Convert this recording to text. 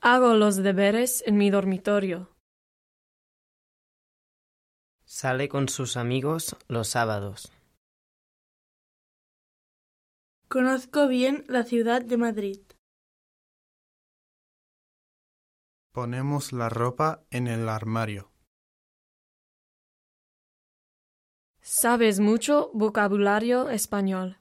Hago los deberes en mi dormitorio. Sale con sus amigos los sábados. Conozco bien la ciudad de Madrid. Ponemos la ropa en el armario. Sabes mucho vocabulario español.